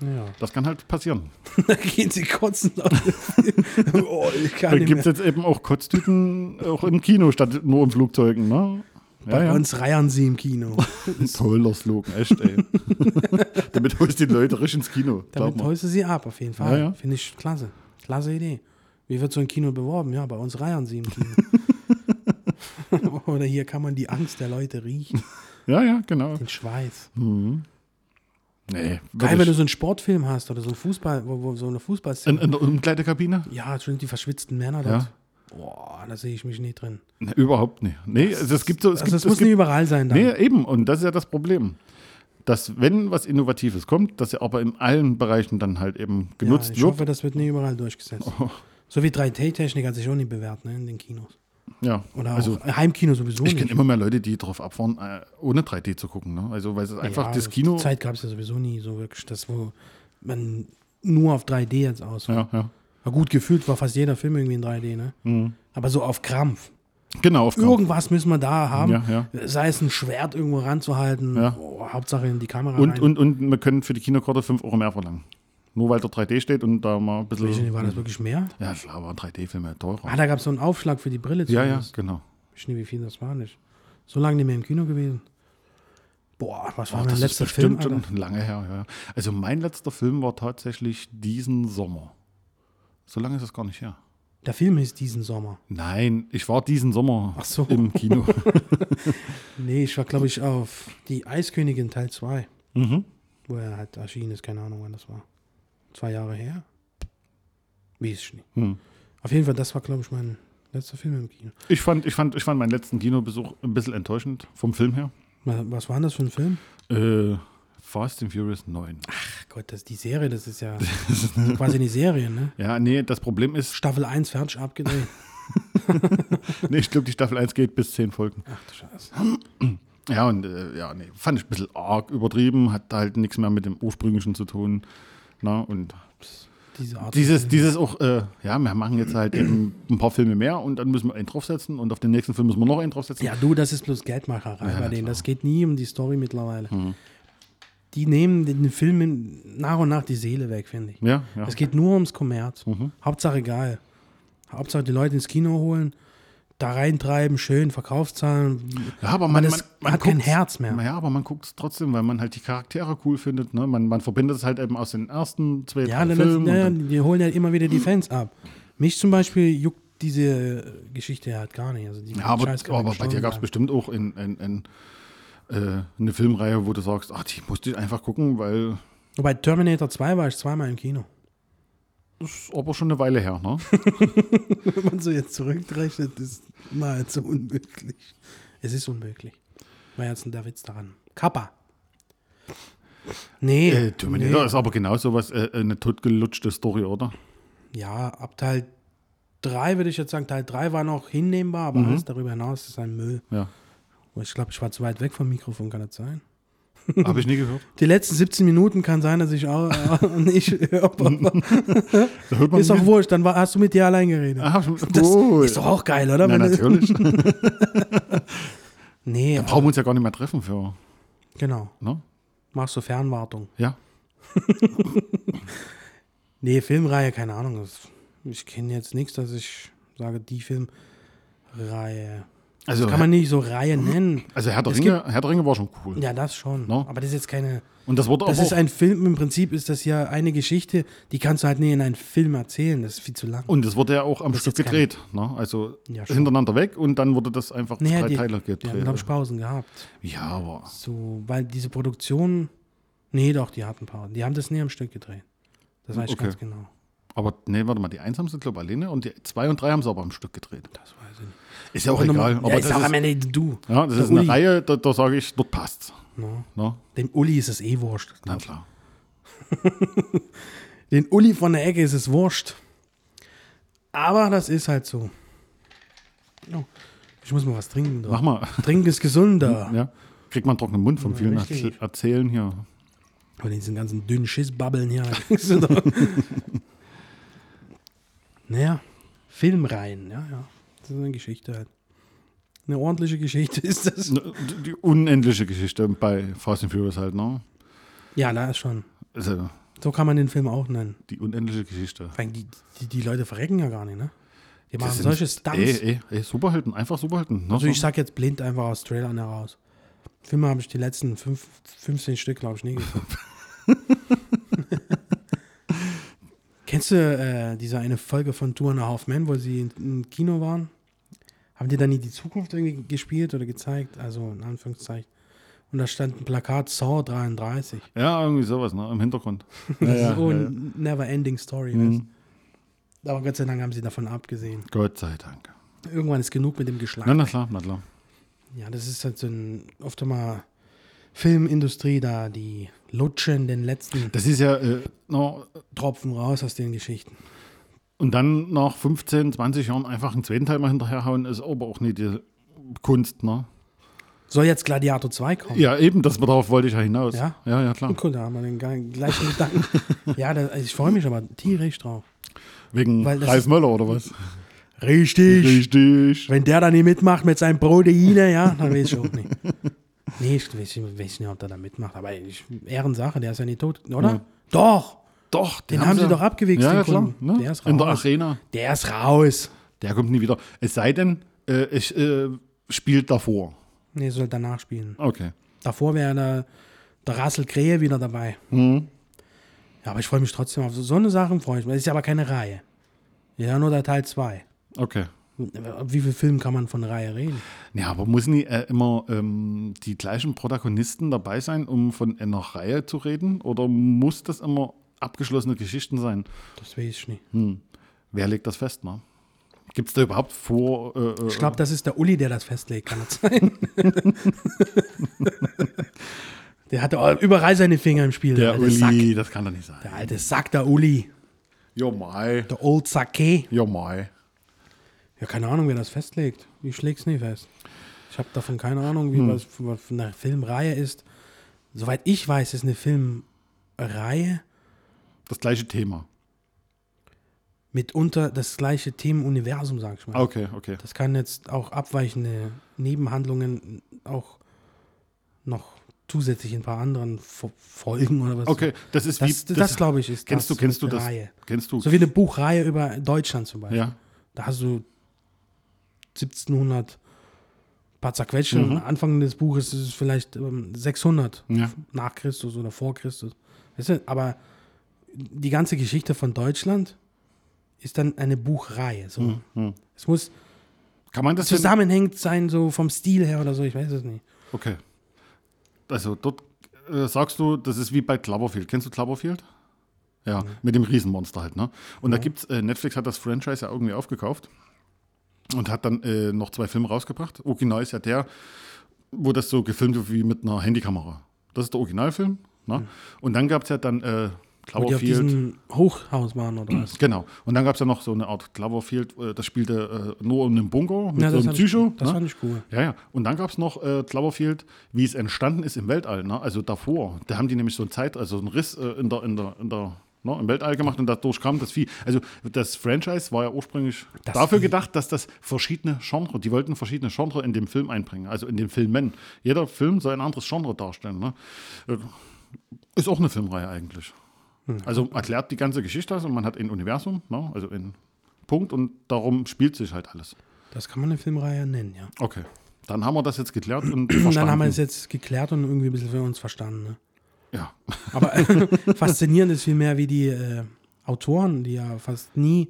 [SPEAKER 3] Ja.
[SPEAKER 2] Das kann halt passieren.
[SPEAKER 3] Da gehen sie kotzen. auf. oh, ich kann
[SPEAKER 2] Da
[SPEAKER 3] nicht
[SPEAKER 2] gibt
[SPEAKER 3] mehr.
[SPEAKER 2] es jetzt eben auch Kotztüten auch im Kino statt nur in Flugzeugen. Ne?
[SPEAKER 3] Bei uns reiern sie im Kino.
[SPEAKER 2] Toller Slogan, echt, ey. Damit holst du die Leute richtig ins Kino. Glaub
[SPEAKER 3] Damit
[SPEAKER 2] mal.
[SPEAKER 3] holst du sie ab, auf jeden Fall.
[SPEAKER 2] Ja, ja.
[SPEAKER 3] Finde ich klasse. Klasse Idee. Wie wird so ein Kino beworben? Ja, bei uns reiern sie im Kino. Oder hier kann man die Angst der Leute riechen,
[SPEAKER 2] Ja, ja, genau.
[SPEAKER 3] den Schweiß.
[SPEAKER 2] Nee,
[SPEAKER 3] Geil, wenn du
[SPEAKER 2] wirklich.
[SPEAKER 3] so einen Sportfilm hast oder so einen Fußball, wo, wo so eine
[SPEAKER 2] In,
[SPEAKER 3] Fußballszene.
[SPEAKER 2] in der Umkleidekabine?
[SPEAKER 3] ja, schon die verschwitzten Männer dort. Boah, da sehe ich mich nicht drin.
[SPEAKER 2] Nee, überhaupt nicht. Nee, also es gibt so. Es
[SPEAKER 3] also, es
[SPEAKER 2] gibt, es
[SPEAKER 3] muss
[SPEAKER 2] gibt,
[SPEAKER 3] nicht überall sein dann.
[SPEAKER 2] nee, eben. Und das ist ja das Problem. Dass, wenn was Innovatives kommt, dass er aber in allen Bereichen dann halt eben genutzt
[SPEAKER 3] ja, ich
[SPEAKER 2] wird. Oh.
[SPEAKER 3] hoffe, das wird nicht überall durchgesetzt. So wie 3D-Technik hat sich auch nie bewährt, ne, in den Kinos.
[SPEAKER 2] Ja,
[SPEAKER 3] Oder
[SPEAKER 2] also.
[SPEAKER 3] auch Heimkino sowieso
[SPEAKER 2] Ich
[SPEAKER 3] nicht.
[SPEAKER 2] kenne immer mehr Leute, die drauf abfahren, äh, ohne 3D zu gucken. Ne? Also, weil es einfach
[SPEAKER 3] Ja,
[SPEAKER 2] das Kino.
[SPEAKER 3] Die Zeit gab es ja sowieso nie so wirklich, das wo man nur auf 3D jetzt aus.
[SPEAKER 2] Ja, ja. Mhm.
[SPEAKER 3] War gut gefühlt, war fast jeder Film irgendwie in 3D, ne? Aber so auf Krampf.
[SPEAKER 2] Genau, auf Kampf.
[SPEAKER 3] Irgendwas müssen wir da haben.
[SPEAKER 2] Ja,
[SPEAKER 3] Sei es ein Schwert irgendwo ranzuhalten,
[SPEAKER 2] Ja.
[SPEAKER 3] oh, Hauptsache in die Kamera
[SPEAKER 2] Und,
[SPEAKER 3] rein.
[SPEAKER 2] und, und wir können für die Kinokarte 5 Euro mehr verlangen. Nur weil da 3D steht und da mal ein
[SPEAKER 3] Ich weiß nicht,
[SPEAKER 2] bisschen.
[SPEAKER 3] war das wirklich mehr?
[SPEAKER 2] Ja, klar, waren 3D-Filme
[SPEAKER 3] Ah,
[SPEAKER 2] teurer.
[SPEAKER 3] da gab es so einen Aufschlag für die Brille.
[SPEAKER 2] Ja, ja,
[SPEAKER 3] zumindest.
[SPEAKER 2] genau.
[SPEAKER 3] Ich weiß nicht, wie viel das war nicht. So lange nicht mehr im Kino gewesen. Boah, was war
[SPEAKER 2] Ach,
[SPEAKER 3] mein
[SPEAKER 2] das ist
[SPEAKER 3] letzter Film?
[SPEAKER 2] bestimmt
[SPEAKER 3] Alter?
[SPEAKER 2] schon lange her. Ja. Also, mein letzter Film war tatsächlich diesen Sommer. So lange ist das gar nicht her.
[SPEAKER 3] Der Film hieß diesen Sommer.
[SPEAKER 2] Nein, ich war diesen Sommer
[SPEAKER 3] Ach so.
[SPEAKER 2] im Kino.
[SPEAKER 3] Nee, ich war, glaube ich, auf die Eiskönigin Teil 2.
[SPEAKER 2] mhm.
[SPEAKER 3] wo er halt erschienen ist, keine Ahnung, wann das war. Zwei Jahre her? Weiß ich nicht.
[SPEAKER 2] Hm.
[SPEAKER 3] Auf jeden Fall, das war, glaube ich, mein letzter Film im Kino.
[SPEAKER 2] Ich, fand, ich, fand, ich fand meinen letzten Kinobesuch ein bisschen enttäuschend vom Film her.
[SPEAKER 3] Wa- Was war denn das für ein Film?
[SPEAKER 2] Äh, Fast and Furious 9.
[SPEAKER 3] Ach Gott, das, die Serie, das ist ja quasi eine Serie, ne?
[SPEAKER 2] Ja, nee, das Problem ist,
[SPEAKER 3] Staffel 1 fertig abgedreht.
[SPEAKER 2] nee, ich glaube, die Staffel 1 geht bis 10 Folgen.
[SPEAKER 3] Ach du Scheiße.
[SPEAKER 2] Hm? Ja, und äh, ja, nee, fand ich ein bisschen arg übertrieben, hat halt nichts mehr mit dem ursprünglichen zu tun. Na, und
[SPEAKER 3] Diese Art.
[SPEAKER 2] dieses, dieses auch, äh, ja, wir machen jetzt halt eben ein paar Filme mehr und dann müssen wir einen draufsetzen und auf den nächsten Film müssen wir noch einen draufsetzen.
[SPEAKER 3] ja, du, das ist bloß Geldmacherei
[SPEAKER 2] Ja,
[SPEAKER 3] bei denen.
[SPEAKER 2] klar. Hm.
[SPEAKER 3] Das geht nie um die Story mittlerweile. Die nehmen den Filmen nach und nach die Seele weg, finde ich.
[SPEAKER 2] ja. ja. Mhm.
[SPEAKER 3] Es geht nur ums Kommerz. Hauptsache geil. Hauptsache die Leute ins Kino holen, da reintreiben, schön, Verkaufszahlen.
[SPEAKER 2] ja, aber man,
[SPEAKER 3] Man,
[SPEAKER 2] man,
[SPEAKER 3] das
[SPEAKER 2] man
[SPEAKER 3] hat kein
[SPEAKER 2] guckt's-
[SPEAKER 3] Herz mehr.
[SPEAKER 2] Ja, aber man guckt es trotzdem, weil man halt die Charaktere cool findet. Ne? Man, man verbindet es halt eben aus den ersten zwei,
[SPEAKER 3] Ja,
[SPEAKER 2] drei
[SPEAKER 3] dann,
[SPEAKER 2] Filmen.
[SPEAKER 3] ja,
[SPEAKER 2] und
[SPEAKER 3] die holen ja immer wieder die Fans ab. Mich zum Beispiel juckt diese Geschichte halt gar nicht. Also die
[SPEAKER 2] dann, ja aber,
[SPEAKER 3] Scheiß kann
[SPEAKER 2] aber bei
[SPEAKER 3] gestorben
[SPEAKER 2] dir gab es
[SPEAKER 3] sein.
[SPEAKER 2] bestimmt auch in, in, in, äh, eine Filmreihe, wo du sagst, ach, die musste ich einfach gucken, weil
[SPEAKER 3] Wobei Terminator 2 war ich zweimal im Kino.
[SPEAKER 2] das ist aber schon eine Weile her. Ne?
[SPEAKER 3] Wenn man so jetzt zurückrechnet, ist nahezu unmöglich. Es ist unmöglich. War jetzt ein der Witz daran. Kappa. Nee.
[SPEAKER 2] Äh, Terminator
[SPEAKER 3] nee.
[SPEAKER 2] ist aber genau sowas, äh, eine totgelutschte Story, oder?
[SPEAKER 3] Ja, ab Teil 3 würde ich jetzt sagen, Teil 3 war noch hinnehmbar,
[SPEAKER 2] Mhm.
[SPEAKER 3] aber alles darüber hinaus ist ein Müll.
[SPEAKER 2] Ja.
[SPEAKER 3] Oh, Ich glaube, ich war zu weit weg vom Mikrofon, kann das sein?
[SPEAKER 2] Habe ich nie gehört.
[SPEAKER 3] Die letzten 17 Minuten kann sein, dass ich auch äh, nicht höre. aber
[SPEAKER 2] Da hört man
[SPEAKER 3] Ist auch
[SPEAKER 2] nie-
[SPEAKER 3] wurscht, dann war, hast du mit dir allein geredet.
[SPEAKER 2] Ah, schon-
[SPEAKER 3] das
[SPEAKER 2] cool.
[SPEAKER 3] ist doch auch geil, oder?
[SPEAKER 2] Na,
[SPEAKER 3] Wenn du-
[SPEAKER 2] natürlich. da
[SPEAKER 3] Nee,
[SPEAKER 2] brauchen wir uns ja gar nicht mehr treffen für,
[SPEAKER 3] genau.
[SPEAKER 2] ne?
[SPEAKER 3] Machst du Fernwartung.
[SPEAKER 2] Ja.
[SPEAKER 3] Nee, Filmreihe, keine Ahnung. Das- Ich kenne jetzt nichts, dass ich sage, die Filmreihe.
[SPEAKER 2] Also,
[SPEAKER 3] Das kann man nicht so Reihe nennen.
[SPEAKER 2] also Herr, der
[SPEAKER 3] Es
[SPEAKER 2] Ringe, Herr der Ringe war schon cool.
[SPEAKER 3] Ja, das schon.
[SPEAKER 2] No?
[SPEAKER 3] Aber das ist jetzt keine.
[SPEAKER 2] Und das wurde
[SPEAKER 3] Das
[SPEAKER 2] aber
[SPEAKER 3] ist
[SPEAKER 2] auch-
[SPEAKER 3] ein Film, im Prinzip ist das ja eine Geschichte, die kannst du halt nie in einen Film erzählen, das ist viel zu lang.
[SPEAKER 2] Und es wurde ja auch am Stück
[SPEAKER 3] ist jetzt
[SPEAKER 2] gedreht. Ne? Also
[SPEAKER 3] Ja, schon.
[SPEAKER 2] hintereinander weg und dann wurde das einfach in drei
[SPEAKER 3] die,
[SPEAKER 2] Teile
[SPEAKER 3] die haben, glaube ich,
[SPEAKER 2] gedreht.
[SPEAKER 3] Pausen gehabt.
[SPEAKER 2] Ja, aber.
[SPEAKER 3] So, weil diese Produktion. Nee, doch, die hatten Pausen. Die haben das nie am Stück gedreht. Das weiß ich
[SPEAKER 2] Okay.
[SPEAKER 3] ganz genau.
[SPEAKER 2] Aber nee, warte mal, die 1 haben sie, glaube ich, alleine und die 2 und 3 haben sie aber am Stück gedreht.
[SPEAKER 3] Das weiß ich nicht.
[SPEAKER 2] Ist ja auch
[SPEAKER 3] Und nochmal-
[SPEAKER 2] egal.
[SPEAKER 3] ja,
[SPEAKER 2] Aber
[SPEAKER 3] ist auch
[SPEAKER 2] das,
[SPEAKER 3] am
[SPEAKER 2] ist,
[SPEAKER 3] Ende du.
[SPEAKER 2] ja, das
[SPEAKER 3] Der
[SPEAKER 2] ist eine
[SPEAKER 3] Uli.
[SPEAKER 2] Reihe, da, da sage ich, dort passt's.
[SPEAKER 3] No.
[SPEAKER 2] No?
[SPEAKER 3] Dem Uli ist es eh wurscht.
[SPEAKER 2] Na klar.
[SPEAKER 3] Den Uli von der Ecke ist es wurscht. Aber das ist halt so. Oh, ich muss mal was trinken. da.
[SPEAKER 2] Mach mal.
[SPEAKER 3] Trinken ist gesunder.
[SPEAKER 2] Ja. Kriegt man einen trockenen Mund vom vielen
[SPEAKER 3] richtig.
[SPEAKER 2] Erzäh- Erzählen hier.
[SPEAKER 3] Von diesen ganzen dünnen Schissbabbeln hier. kriegst du doch- naja, Film rein. Ja, ja. Das ist eine Geschichte halt. Eine ordentliche Geschichte ist das.
[SPEAKER 2] Ne, d- Die unendliche Geschichte bei Fast and Furious halt, ne?
[SPEAKER 3] Ja, da ist schon.
[SPEAKER 2] Also,
[SPEAKER 3] So kann man den Film auch nennen.
[SPEAKER 2] die unendliche Geschichte.
[SPEAKER 3] Vor allem Die, die, die Leute verrecken ja gar nicht, ne? Die machen
[SPEAKER 2] Das sind- eh
[SPEAKER 3] solche Stunts.
[SPEAKER 2] Ey, ey, ey, Superhelden, einfach Superhelden. Ne?
[SPEAKER 3] Also ich
[SPEAKER 2] So-
[SPEAKER 3] sag jetzt blind einfach aus Trailern heraus. Filme habe ich die letzten fünf, 15 Stück, glaube ich, nie gesehen. Kennst du äh, diese eine Folge von Two and a Half Men, wo sie in- im Kino waren? Haben die dann nie die Zukunft irgendwie gespielt oder gezeigt? Also in Anführungszeichen. Und da stand ein Plakat Saw 33.
[SPEAKER 2] ja, irgendwie sowas, ne? Im Hintergrund.
[SPEAKER 3] Das
[SPEAKER 2] ja,
[SPEAKER 3] ist so
[SPEAKER 2] ja,
[SPEAKER 3] eine never-ending Story.
[SPEAKER 2] Mhm.
[SPEAKER 3] weißt du? Aber Gott sei Dank haben sie davon abgesehen.
[SPEAKER 2] Gott sei Dank.
[SPEAKER 3] Irgendwann ist genug mit dem Geschlag.
[SPEAKER 2] Na, na klar, na klar.
[SPEAKER 3] Ja, das ist halt so ein, oft immer Filmindustrie da, die lutschen den letzten
[SPEAKER 2] Das ist ja, äh, no,
[SPEAKER 3] Tropfen raus aus den Geschichten.
[SPEAKER 2] und dann nach 15, 20 Jahren einfach einen zweiten Teil mal hinterherhauen, ist aber auch nicht die Kunst, ne?
[SPEAKER 3] Soll jetzt Gladiator 2 kommen?
[SPEAKER 2] Ja, eben, das darauf wollte ich ja hinaus.
[SPEAKER 3] Ja?
[SPEAKER 2] ja, ja klar.
[SPEAKER 3] Cool, da haben wir den ge- gleichen Gedanken. ja, da, also ich freue mich aber tierisch drauf.
[SPEAKER 2] Wegen
[SPEAKER 3] Weil das
[SPEAKER 2] Ralf
[SPEAKER 3] ist-
[SPEAKER 2] Möller oder was?
[SPEAKER 3] Richtig.
[SPEAKER 2] Richtig.
[SPEAKER 3] Wenn der da nicht mitmacht mit seinem Proteine, ja, dann weiß ich auch nicht. Nee, ich weiß, ich weiß nicht, ob der da mitmacht, aber ich, Ehrensache, der ist ja nicht tot, oder?
[SPEAKER 2] Ja.
[SPEAKER 3] Doch,
[SPEAKER 2] Doch,
[SPEAKER 3] den haben sie doch abgewichst,
[SPEAKER 2] Ja,
[SPEAKER 3] den
[SPEAKER 2] ja klar.
[SPEAKER 3] Kunden.
[SPEAKER 2] Ne?
[SPEAKER 3] Der ist
[SPEAKER 2] In der
[SPEAKER 3] raus.
[SPEAKER 2] Arena.
[SPEAKER 3] der ist raus.
[SPEAKER 2] Der kommt nie wieder. Es sei denn, äh, ich äh, spielt davor.
[SPEAKER 3] Nee, soll danach spielen.
[SPEAKER 2] Okay.
[SPEAKER 3] Davor wäre der, der Russell Krähe wieder dabei.
[SPEAKER 2] Mhm.
[SPEAKER 3] Ja, aber ich freue mich trotzdem auf so, so eine Sachen, freue ich mich. Es ist ja aber keine Reihe. Ja, nur der Teil 2.
[SPEAKER 2] Okay.
[SPEAKER 3] Wie viel Film kann man von Reihe reden?
[SPEAKER 2] Ja, aber müssen die äh, immer ähm, die gleichen Protagonisten dabei sein, um von einer Reihe zu reden? Oder muss das immer abgeschlossene Geschichten sein?
[SPEAKER 3] Das weiß ich nicht.
[SPEAKER 2] Wer legt das fest, ne? Gibt es da überhaupt vor? Äh, äh,
[SPEAKER 3] Ich glaube, das ist der Uli, der das festlegt, kann das sein? der hatte all- überall seine Finger im Spiel.
[SPEAKER 2] der
[SPEAKER 3] alte Sack.
[SPEAKER 2] Uli, das kann doch nicht sein.
[SPEAKER 3] Der alte Sack, der Uli.
[SPEAKER 2] Jo mai,
[SPEAKER 3] Der Old eh. Sake.
[SPEAKER 2] jo mai.
[SPEAKER 3] Ja, keine Ahnung, wer das festlegt. Ich schläg's nie fest. Ich habe davon keine
[SPEAKER 2] Hm.
[SPEAKER 3] Ahnung, wie was, was eine Filmreihe ist. Soweit ich weiß, ist eine Filmreihe
[SPEAKER 2] Das gleiche Thema.
[SPEAKER 3] mitunter das gleiche Themenuniversum, sag ich mal.
[SPEAKER 2] Okay, okay.
[SPEAKER 3] Das kann jetzt auch abweichende Nebenhandlungen auch noch zusätzlich in ein paar anderen Fo- Folgen oder was.
[SPEAKER 2] Okay, das ist
[SPEAKER 3] Das,
[SPEAKER 2] wie.
[SPEAKER 3] das, glaube ich, ist
[SPEAKER 2] Kennst
[SPEAKER 3] das
[SPEAKER 2] du, kennst du
[SPEAKER 3] mit
[SPEAKER 2] das?
[SPEAKER 3] Reihe.
[SPEAKER 2] Kennst du?
[SPEAKER 3] So wie eine Buchreihe über Deutschland zum Beispiel.
[SPEAKER 2] ja.
[SPEAKER 3] Da hast du 1700 paar zerquetsche und am Anfang des Buches ist es vielleicht ähm, 600
[SPEAKER 2] Ja.
[SPEAKER 3] nach Christus oder vor Christus. Weißt du, aber die ganze Geschichte von Deutschland ist dann eine Buchreihe. So. Es muss
[SPEAKER 2] Kann man das denn-
[SPEAKER 3] zusammenhängend sein, so vom Stil her oder so, ich weiß es nicht.
[SPEAKER 2] Okay. Also dort äh, sagst du, das ist wie bei Cloverfield. Kennst du Cloverfield? Ja, mit dem Riesenmonster halt, ne? Und da gibt's, äh, Netflix hat das Franchise ja irgendwie aufgekauft und hat dann äh, noch zwei Filme rausgebracht. Original ist ja der, wo das so gefilmt wird wie mit einer Handykamera. Das ist der Originalfilm, ne? Und dann gab's ja dann äh,
[SPEAKER 3] Wo die auf
[SPEAKER 2] Cloverfield.
[SPEAKER 3] diesem Hochhaus waren oder was.
[SPEAKER 2] Genau. Und dann gab's ja noch so eine Art Cloverfield, äh, das spielte äh, nur um den Bunker mit
[SPEAKER 3] Ja,
[SPEAKER 2] so einem
[SPEAKER 3] das fand
[SPEAKER 2] Psycho.
[SPEAKER 3] ich, das
[SPEAKER 2] ne?
[SPEAKER 3] fand ich cool.
[SPEAKER 2] Ja, ja. Und dann gab es noch äh, Cloverfield, wie es entstanden ist im Weltall, ne? also davor. Da haben die nämlich so ein Zeit, also so einen Riss äh, in der, in der, in der, ne? im Weltall gemacht und dadurch kam das Vieh. Also das Franchise war ja ursprünglich
[SPEAKER 3] Das
[SPEAKER 2] dafür
[SPEAKER 3] Vieh.
[SPEAKER 2] gedacht, dass das verschiedene Genre, die wollten verschiedene Genre in dem Film einbringen, also in den Filmen. Jeder Film soll ein anderes Genre darstellen. Ne? Äh, Ist auch eine Filmreihe eigentlich.
[SPEAKER 3] Hm.
[SPEAKER 2] Also erklärt die ganze Geschichte also man hat ein Universum, ne? also ein Punkt und darum spielt sich halt alles.
[SPEAKER 3] Das kann man eine Filmreihe nennen, ja.
[SPEAKER 2] Okay. Dann haben wir das jetzt geklärt und
[SPEAKER 3] Und
[SPEAKER 2] verstanden.
[SPEAKER 3] dann haben wir es jetzt geklärt und irgendwie ein bisschen für uns verstanden. Ne?
[SPEAKER 2] ja.
[SPEAKER 3] Aber faszinierend ist vielmehr, wie die äh, Autoren, die ja fast nie,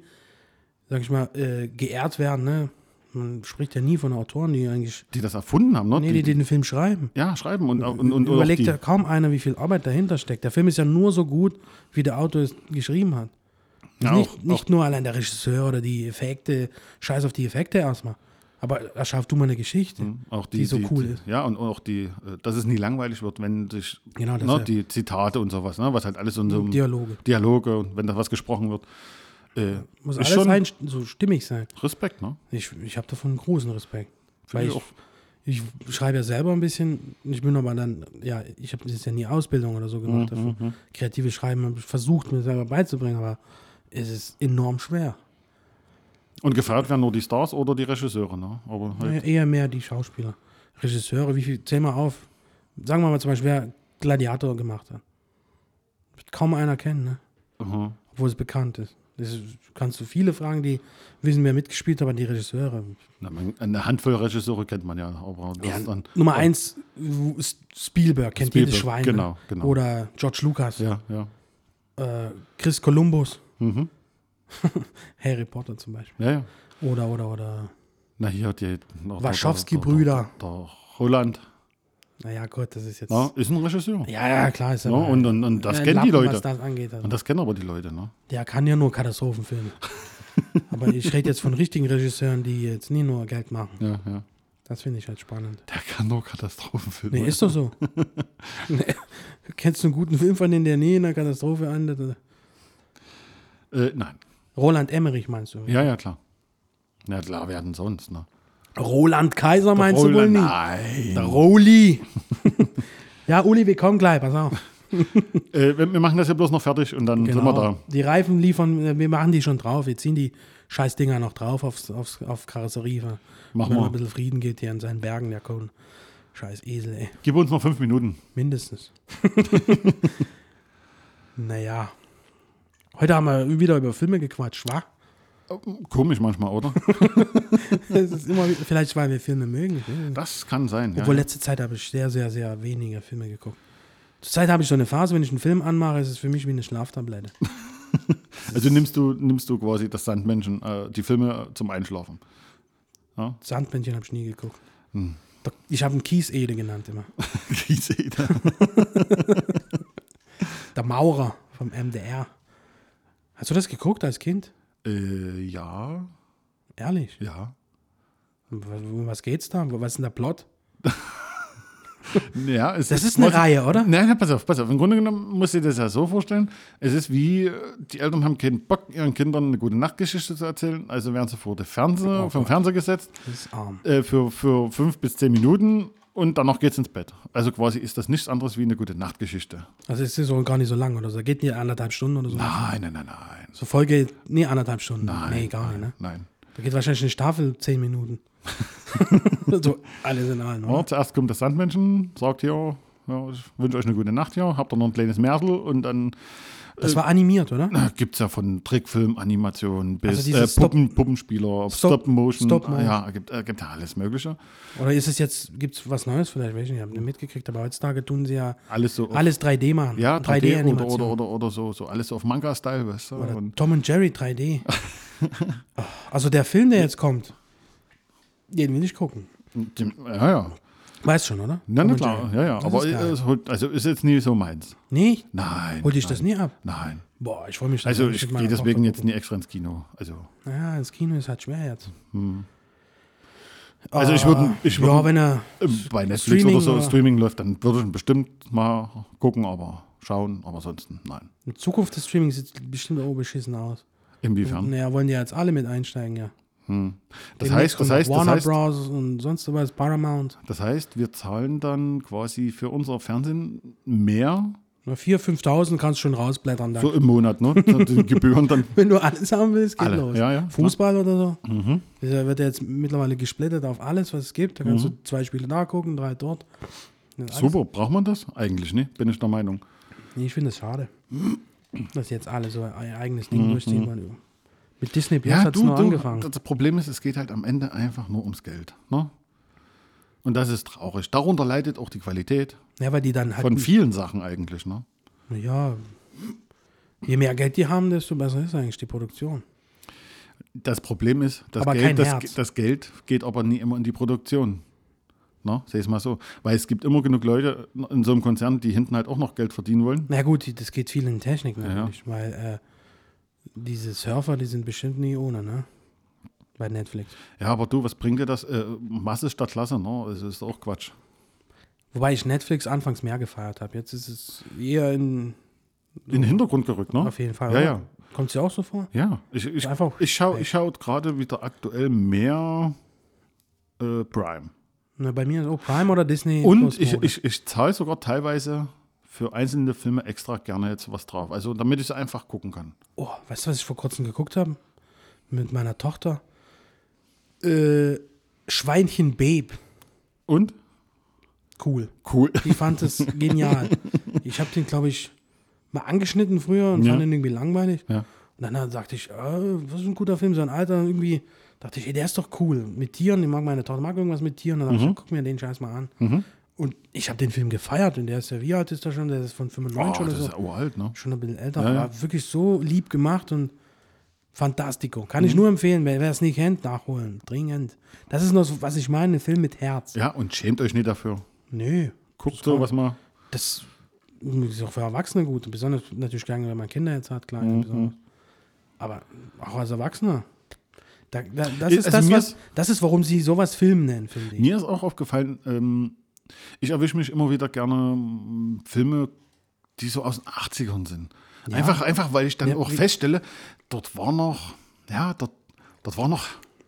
[SPEAKER 3] sag ich mal, äh, geehrt werden. Ne? Man spricht ja nie von Autoren, die eigentlich,
[SPEAKER 2] Die das erfunden haben, ne?
[SPEAKER 3] nee, die, die den Film schreiben.
[SPEAKER 2] ja, schreiben und, und, und auch
[SPEAKER 3] Überlegt
[SPEAKER 2] die,
[SPEAKER 3] ja kaum einer, wie viel Arbeit dahinter steckt. Der Film ist ja nur so gut, wie der Autor es geschrieben hat.
[SPEAKER 2] Ja,
[SPEAKER 3] nicht
[SPEAKER 2] auch-
[SPEAKER 3] nicht nur allein der Regisseur oder die Effekte, scheiß auf die Effekte erstmal. Aber erschafft du mal eine Geschichte,
[SPEAKER 2] Auch
[SPEAKER 3] die, so cool ist.
[SPEAKER 2] Ja, und auch die, äh, dass es nie langweilig wird, wenn sich
[SPEAKER 3] Genau, das
[SPEAKER 2] ne,
[SPEAKER 3] ja.
[SPEAKER 2] die Zitate und sowas, ne, was halt alles in so einem
[SPEAKER 3] Dialoge.
[SPEAKER 2] Dialoge und wenn da was gesprochen wird. Äh,
[SPEAKER 3] Muss
[SPEAKER 2] ist
[SPEAKER 3] alles
[SPEAKER 2] schon
[SPEAKER 3] ein, so stimmig sein.
[SPEAKER 2] Respekt, ne?
[SPEAKER 3] Ich, ich habe davon großen Respekt. Weil
[SPEAKER 2] ich
[SPEAKER 3] ich, ich, schreibe ja selber ein bisschen. Ich bin aber dann, ja, ich habe jetzt ja nie Ausbildung oder so gemacht. dafür. Kreatives Schreiben habe ich versucht, mir selber beizubringen, aber es ist enorm schwer.
[SPEAKER 2] Und gefeiert werden nur die Stars oder die Regisseure, ne? Aber halt,
[SPEAKER 3] Naja, eher mehr die Schauspieler. Regisseure, wie viel, zähl mal auf. Sagen wir mal zum Beispiel, wer Gladiator gemacht hat. Wird kaum einer kennen, ne?
[SPEAKER 2] aha.
[SPEAKER 3] obwohl es bekannt ist. Das ist, kannst du viele fragen, die wissen, wer mitgespielt hat, aber die Regisseure.
[SPEAKER 2] Na, man, eine Handvoll Regisseure kennt man ja, aber das
[SPEAKER 3] Ja,
[SPEAKER 2] ist dann.
[SPEAKER 3] Nummer eins, w- S- Spielberg kennt
[SPEAKER 2] Spielberg,
[SPEAKER 3] jedes Schwein.
[SPEAKER 2] genau,
[SPEAKER 3] ne?
[SPEAKER 2] genau.
[SPEAKER 3] Oder George Lucas,
[SPEAKER 2] Ja, ja.
[SPEAKER 3] äh, Chris Columbus,
[SPEAKER 2] Mhm.
[SPEAKER 3] Harry Potter zum Beispiel.
[SPEAKER 2] Ja, ja.
[SPEAKER 3] Oder, oder, oder.
[SPEAKER 2] Na, hier hat die. noch-
[SPEAKER 3] Wachowski-Brüder.
[SPEAKER 2] Der, der, der Holland.
[SPEAKER 3] Naja, gut, das ist jetzt.
[SPEAKER 2] Ne? Ist ein Regisseur.
[SPEAKER 3] Ja, ja, klar ist
[SPEAKER 2] Ne? Und, und, und das
[SPEAKER 3] äh,
[SPEAKER 2] kennen die
[SPEAKER 3] Lappen,
[SPEAKER 2] Leute.
[SPEAKER 3] Was das angeht. Also.
[SPEAKER 2] Und das kennen aber die Leute, ne?
[SPEAKER 3] Der kann ja nur Katastrophenfilme. aber ich rede jetzt von richtigen Regisseuren, die jetzt nie nur Geld machen.
[SPEAKER 2] Ja, ja.
[SPEAKER 3] Das finde ich halt spannend.
[SPEAKER 2] Der kann nur Katastrophenfilme.
[SPEAKER 3] Nee, ist doch so. nee. Kennst du einen guten Film von denen, der nie in einer Katastrophe endet?
[SPEAKER 2] äh, nein.
[SPEAKER 3] Roland Emmerich meinst du?
[SPEAKER 2] Ja, ja, klar. Na klar, wer denn sonst, ne?
[SPEAKER 3] Roland Kaiser meinst du wohl
[SPEAKER 2] Roland-
[SPEAKER 3] nie?
[SPEAKER 2] Nein.
[SPEAKER 3] Der Roli. ja, Uli, wir kommen gleich, pass auf. Genau.
[SPEAKER 2] Äh, wir wir machen das ja bloß noch fertig und dann sind wir da.
[SPEAKER 3] Die Reifen liefern, äh, wir machen die schon drauf. Wir ziehen die scheiß Dinger noch drauf aufs, aufs, auf Karosserie. wa?
[SPEAKER 2] Mach
[SPEAKER 3] Wenn
[SPEAKER 2] mal.
[SPEAKER 3] ein bisschen Frieden geht hier in seinen Bergen, der Kohn. Scheiß Esel, ey.
[SPEAKER 2] Gib uns noch fünf Minuten.
[SPEAKER 3] Mindestens. naja. Heute haben wir wieder über Filme gequatscht, wa?
[SPEAKER 2] Komisch manchmal, oder?
[SPEAKER 3] Das ist immer, wieder- vielleicht, weil wir Filme mögen. ich weiß nicht.
[SPEAKER 2] Das kann sein. Ja.
[SPEAKER 3] Obwohl, letzte Zeit habe ich sehr, sehr, sehr wenige Filme geguckt. Zurzeit habe ich so eine Phase, wenn ich einen Film anmache, ist es für mich wie eine Schlaftablette.
[SPEAKER 2] Also nimmst du, nimmst du quasi das Sandmenschen, äh, die Filme zum Einschlafen.
[SPEAKER 3] Sandmännchen habe ich nie geguckt.
[SPEAKER 2] Hm.
[SPEAKER 3] Doch, Ich habe einen Kiesede genannt immer.
[SPEAKER 2] Kieseder.
[SPEAKER 3] Der Maurer vom MDR. Hast du das geguckt als Kind?
[SPEAKER 2] äh, ja,
[SPEAKER 3] Ehrlich?
[SPEAKER 2] ja.
[SPEAKER 3] Was, um was geht's da? Was ist denn der Plot?
[SPEAKER 2] ja es
[SPEAKER 3] Das ist eine
[SPEAKER 2] quasi-
[SPEAKER 3] Reihe, oder?
[SPEAKER 2] Nein, nein, pass auf, pass auf. Im Grunde genommen musst du dir das ja so vorstellen. Es ist wie, äh, die Eltern haben keinen Bock, ihren Kindern eine gute Nachtgeschichte zu erzählen, also werden sie vor den Fernseher, vom Fernseher gesetzt
[SPEAKER 3] Oh Das ist arm.
[SPEAKER 2] äh, für, für fünf bis zehn Minuten und danach geht's ins Bett. Also quasi ist das nichts anderes wie eine gute Nachtgeschichte.
[SPEAKER 3] Also es ist so gar nicht so lang oder so. Geht nicht anderthalb Stunden oder so.
[SPEAKER 2] Nein, nein, nein, nein.
[SPEAKER 3] So Folge, nee, anderthalb Stunden.
[SPEAKER 2] Nein,
[SPEAKER 3] nee, gar
[SPEAKER 2] nein,
[SPEAKER 3] nicht, ne?
[SPEAKER 2] Nein.
[SPEAKER 3] Da geht wahrscheinlich eine Staffel zehn Minuten. so, alles in allem. ne?
[SPEAKER 2] Ja,
[SPEAKER 3] Oder?
[SPEAKER 2] Oh, zuerst kommt das Sandmännchen, sagt ja, ja, ich wünsche euch eine gute Nacht, ja, habt ihr noch ein kleines Märtel und dann äh,
[SPEAKER 3] Das war animiert, oder?
[SPEAKER 2] gibt es ja von Trickfilm, Animationen bis
[SPEAKER 3] Also diese
[SPEAKER 2] äh,
[SPEAKER 3] Stop-
[SPEAKER 2] Puppen, Puppenspieler, Stop,
[SPEAKER 3] Stop-
[SPEAKER 2] Motion,
[SPEAKER 3] Stop Motion.
[SPEAKER 2] ja, gibt, äh, gibt ja alles Mögliche.
[SPEAKER 3] Oder ist es jetzt, gibt es was Neues vielleicht? Weiß Ich nicht, ich habe nicht mitgekriegt, aber heutzutage tun sie ja
[SPEAKER 2] Alles so. auf-
[SPEAKER 3] alles 3D machen.
[SPEAKER 2] ja, 3D, oder,
[SPEAKER 3] 3D-Animation.
[SPEAKER 2] oder, oder, oder so, so, alles so auf Manga-Style, weißt du?
[SPEAKER 3] Oder
[SPEAKER 2] Und
[SPEAKER 3] Tom und Jerry 3D. also der Film, der jetzt kommt, den will ich gucken.
[SPEAKER 2] die, ja, ja.
[SPEAKER 3] Weißt schon, oder?
[SPEAKER 2] Na,
[SPEAKER 3] Tom
[SPEAKER 2] na
[SPEAKER 3] und
[SPEAKER 2] klar,
[SPEAKER 3] Jerry.
[SPEAKER 2] ja, ja.
[SPEAKER 3] Das
[SPEAKER 2] Aber
[SPEAKER 3] ist geil.
[SPEAKER 2] ist halt- also ist jetzt nie so meins.
[SPEAKER 3] Nicht?
[SPEAKER 2] Nein.
[SPEAKER 3] Hol dich
[SPEAKER 2] nein,
[SPEAKER 3] das nie ab?
[SPEAKER 2] Nein.
[SPEAKER 3] Boah, ich freue mich.
[SPEAKER 2] Also
[SPEAKER 3] wenn
[SPEAKER 2] ich
[SPEAKER 3] mit meiner
[SPEAKER 2] gehe deswegen
[SPEAKER 3] Tochter
[SPEAKER 2] jetzt nie extra ins Kino. Also,
[SPEAKER 3] gucke. Ja, ins Kino ist halt schwer jetzt.
[SPEAKER 2] also ich würde ich würd,
[SPEAKER 3] Ah, ja, wenn er
[SPEAKER 2] Ähm, Bei Netflix
[SPEAKER 3] Streaming
[SPEAKER 2] oder so
[SPEAKER 3] oder-
[SPEAKER 2] Streaming läuft, dann würde ich ihn bestimmt mal gucken, aber schauen, aber sonst nein.
[SPEAKER 3] in Zukunft des Streamings sieht bestimmt auch beschissen aus.
[SPEAKER 2] Inwiefern?
[SPEAKER 3] Naja, wollen die jetzt alle mit einsteigen, ja.
[SPEAKER 2] Das
[SPEAKER 3] Demnächst
[SPEAKER 2] heißt, das
[SPEAKER 3] kommt
[SPEAKER 2] heißt, das
[SPEAKER 3] Warner
[SPEAKER 2] heißt,
[SPEAKER 3] Bros. und sonst was, Paramount.
[SPEAKER 2] das heißt, wir zahlen dann quasi für unser Fernsehen mehr,
[SPEAKER 3] Na, 4.000, 5.000 kannst du schon rausblättern. Dann.
[SPEAKER 2] so im Monat, ne? Die Gebühren dann.
[SPEAKER 3] Wenn du alles haben willst, geht
[SPEAKER 2] Alle,
[SPEAKER 3] los.
[SPEAKER 2] ja, Mhm. ja,
[SPEAKER 3] Fußball oder so. Das wird ja jetzt mittlerweile gesplittet auf alles, was es gibt. Da kannst du zwei Spiele da gucken, drei dort. Das ist alles-
[SPEAKER 2] Mhm. Super, braucht man das? Eigentlich, ne? Bin ich der Meinung.
[SPEAKER 3] Nee, ich finde es schade, dass jetzt alle so ein eigenes
[SPEAKER 2] Mhm,
[SPEAKER 3] Ding durchziehen wollen. Mit Disney Plus hat es nur angefangen.
[SPEAKER 2] das Problem ist, es geht halt am Ende einfach nur ums Geld, ne? Und das ist traurig. Darunter leidet auch die Qualität
[SPEAKER 3] Ja, weil die dann halt.
[SPEAKER 2] von vielen Sachen eigentlich, ne?
[SPEAKER 3] ja. Je mehr Geld die haben, desto besser ist eigentlich die Produktion.
[SPEAKER 2] Das Problem ist, das,
[SPEAKER 3] Aber kein
[SPEAKER 2] Geld,
[SPEAKER 3] Herz.
[SPEAKER 2] das, das Geld geht aber nie immer in die Produktion. Ne? Seh es mal so. Weil es gibt immer genug Leute in so einem Konzern, die hinten halt auch noch Geld verdienen wollen.
[SPEAKER 3] Na gut, die- das geht viel in Technik natürlich, weil äh, Diese Surfer, die sind bestimmt nie ohne, ne? Bei Netflix.
[SPEAKER 2] Ja, aber du, was bringt dir das? Äh, Masse statt Klasse, ne? Das ist auch Quatsch.
[SPEAKER 3] Wobei ich Netflix anfangs mehr gefeiert habe. Jetzt ist es eher in,
[SPEAKER 2] In den Hintergrund gerückt, ne?
[SPEAKER 3] auf jeden Fall.
[SPEAKER 2] Ja,
[SPEAKER 3] oder?
[SPEAKER 2] ja.
[SPEAKER 3] Kommt's dir auch so vor?
[SPEAKER 2] Ja, ich, ich,
[SPEAKER 3] Einfach
[SPEAKER 2] ich schaue ich schau gerade wieder aktuell mehr äh, Prime.
[SPEAKER 3] Na, bei mir ist auch Prime oder Disney. Plus
[SPEAKER 2] Und ich,
[SPEAKER 3] Mode.
[SPEAKER 2] ich, ich zahle sogar teilweise für einzelne Filme extra gerne jetzt was drauf. Also damit ich es einfach gucken kann.
[SPEAKER 3] Oh, weißt du, was ich vor kurzem geguckt habe? Mit meiner Tochter. Äh, Schweinchen Babe.
[SPEAKER 2] Und?
[SPEAKER 3] Cool.
[SPEAKER 2] Cool.
[SPEAKER 3] Die fand es genial. Ich habe den, glaube ich, mal angeschnitten früher und
[SPEAKER 2] Ja.
[SPEAKER 3] fand den irgendwie langweilig.
[SPEAKER 2] Ja.
[SPEAKER 3] Und dann sagte ich, äh, was ist ein guter Film, so ein alter. Und Irgendwie dachte ich, ey, der ist doch cool. Mit Tieren, ich mag meine Tochter, mag irgendwas mit Tieren. Und dann
[SPEAKER 2] Mhm.
[SPEAKER 3] dachte ich, guck mir den Scheiß mal an. Und ich habe den Film gefeiert. Und der ist ja, wie alt ist der schon? Der ist von 95
[SPEAKER 2] Oh,
[SPEAKER 3] oder
[SPEAKER 2] das
[SPEAKER 3] so.
[SPEAKER 2] ist ja uralt, ne?
[SPEAKER 3] Schon ein bisschen älter,
[SPEAKER 2] Ja, ja.
[SPEAKER 3] aber wirklich so lieb gemacht und fantastico. Kann
[SPEAKER 2] Mhm.
[SPEAKER 3] ich nur empfehlen, wer wer es nicht kennt, nachholen. Dringend. Das ist noch so, was ich meine, ein Film mit Herz.
[SPEAKER 2] Ja, und schämt euch nicht dafür.
[SPEAKER 3] Nö.
[SPEAKER 2] Guckt sowas mal.
[SPEAKER 3] Das ist auch für Erwachsene gut. Besonders natürlich gerne, wenn man Kinder jetzt hat, kleine
[SPEAKER 2] Mhm.
[SPEAKER 3] besonders. Aber auch als Erwachsener. Da, da, das,
[SPEAKER 2] Äh,
[SPEAKER 3] ist
[SPEAKER 2] also
[SPEAKER 3] das,
[SPEAKER 2] mir
[SPEAKER 3] was,
[SPEAKER 2] ist-
[SPEAKER 3] das ist, warum sie sowas Film nennen, finde ich.
[SPEAKER 2] Mir ist auch aufgefallen, ähm, ich erwische mich immer wieder gerne ähm, Filme, die so aus den 80ern sind. Einfach, einfach, weil ich dann
[SPEAKER 3] Ja,
[SPEAKER 2] auch
[SPEAKER 3] wie-
[SPEAKER 2] dort war noch, ja, dort, dort war noch,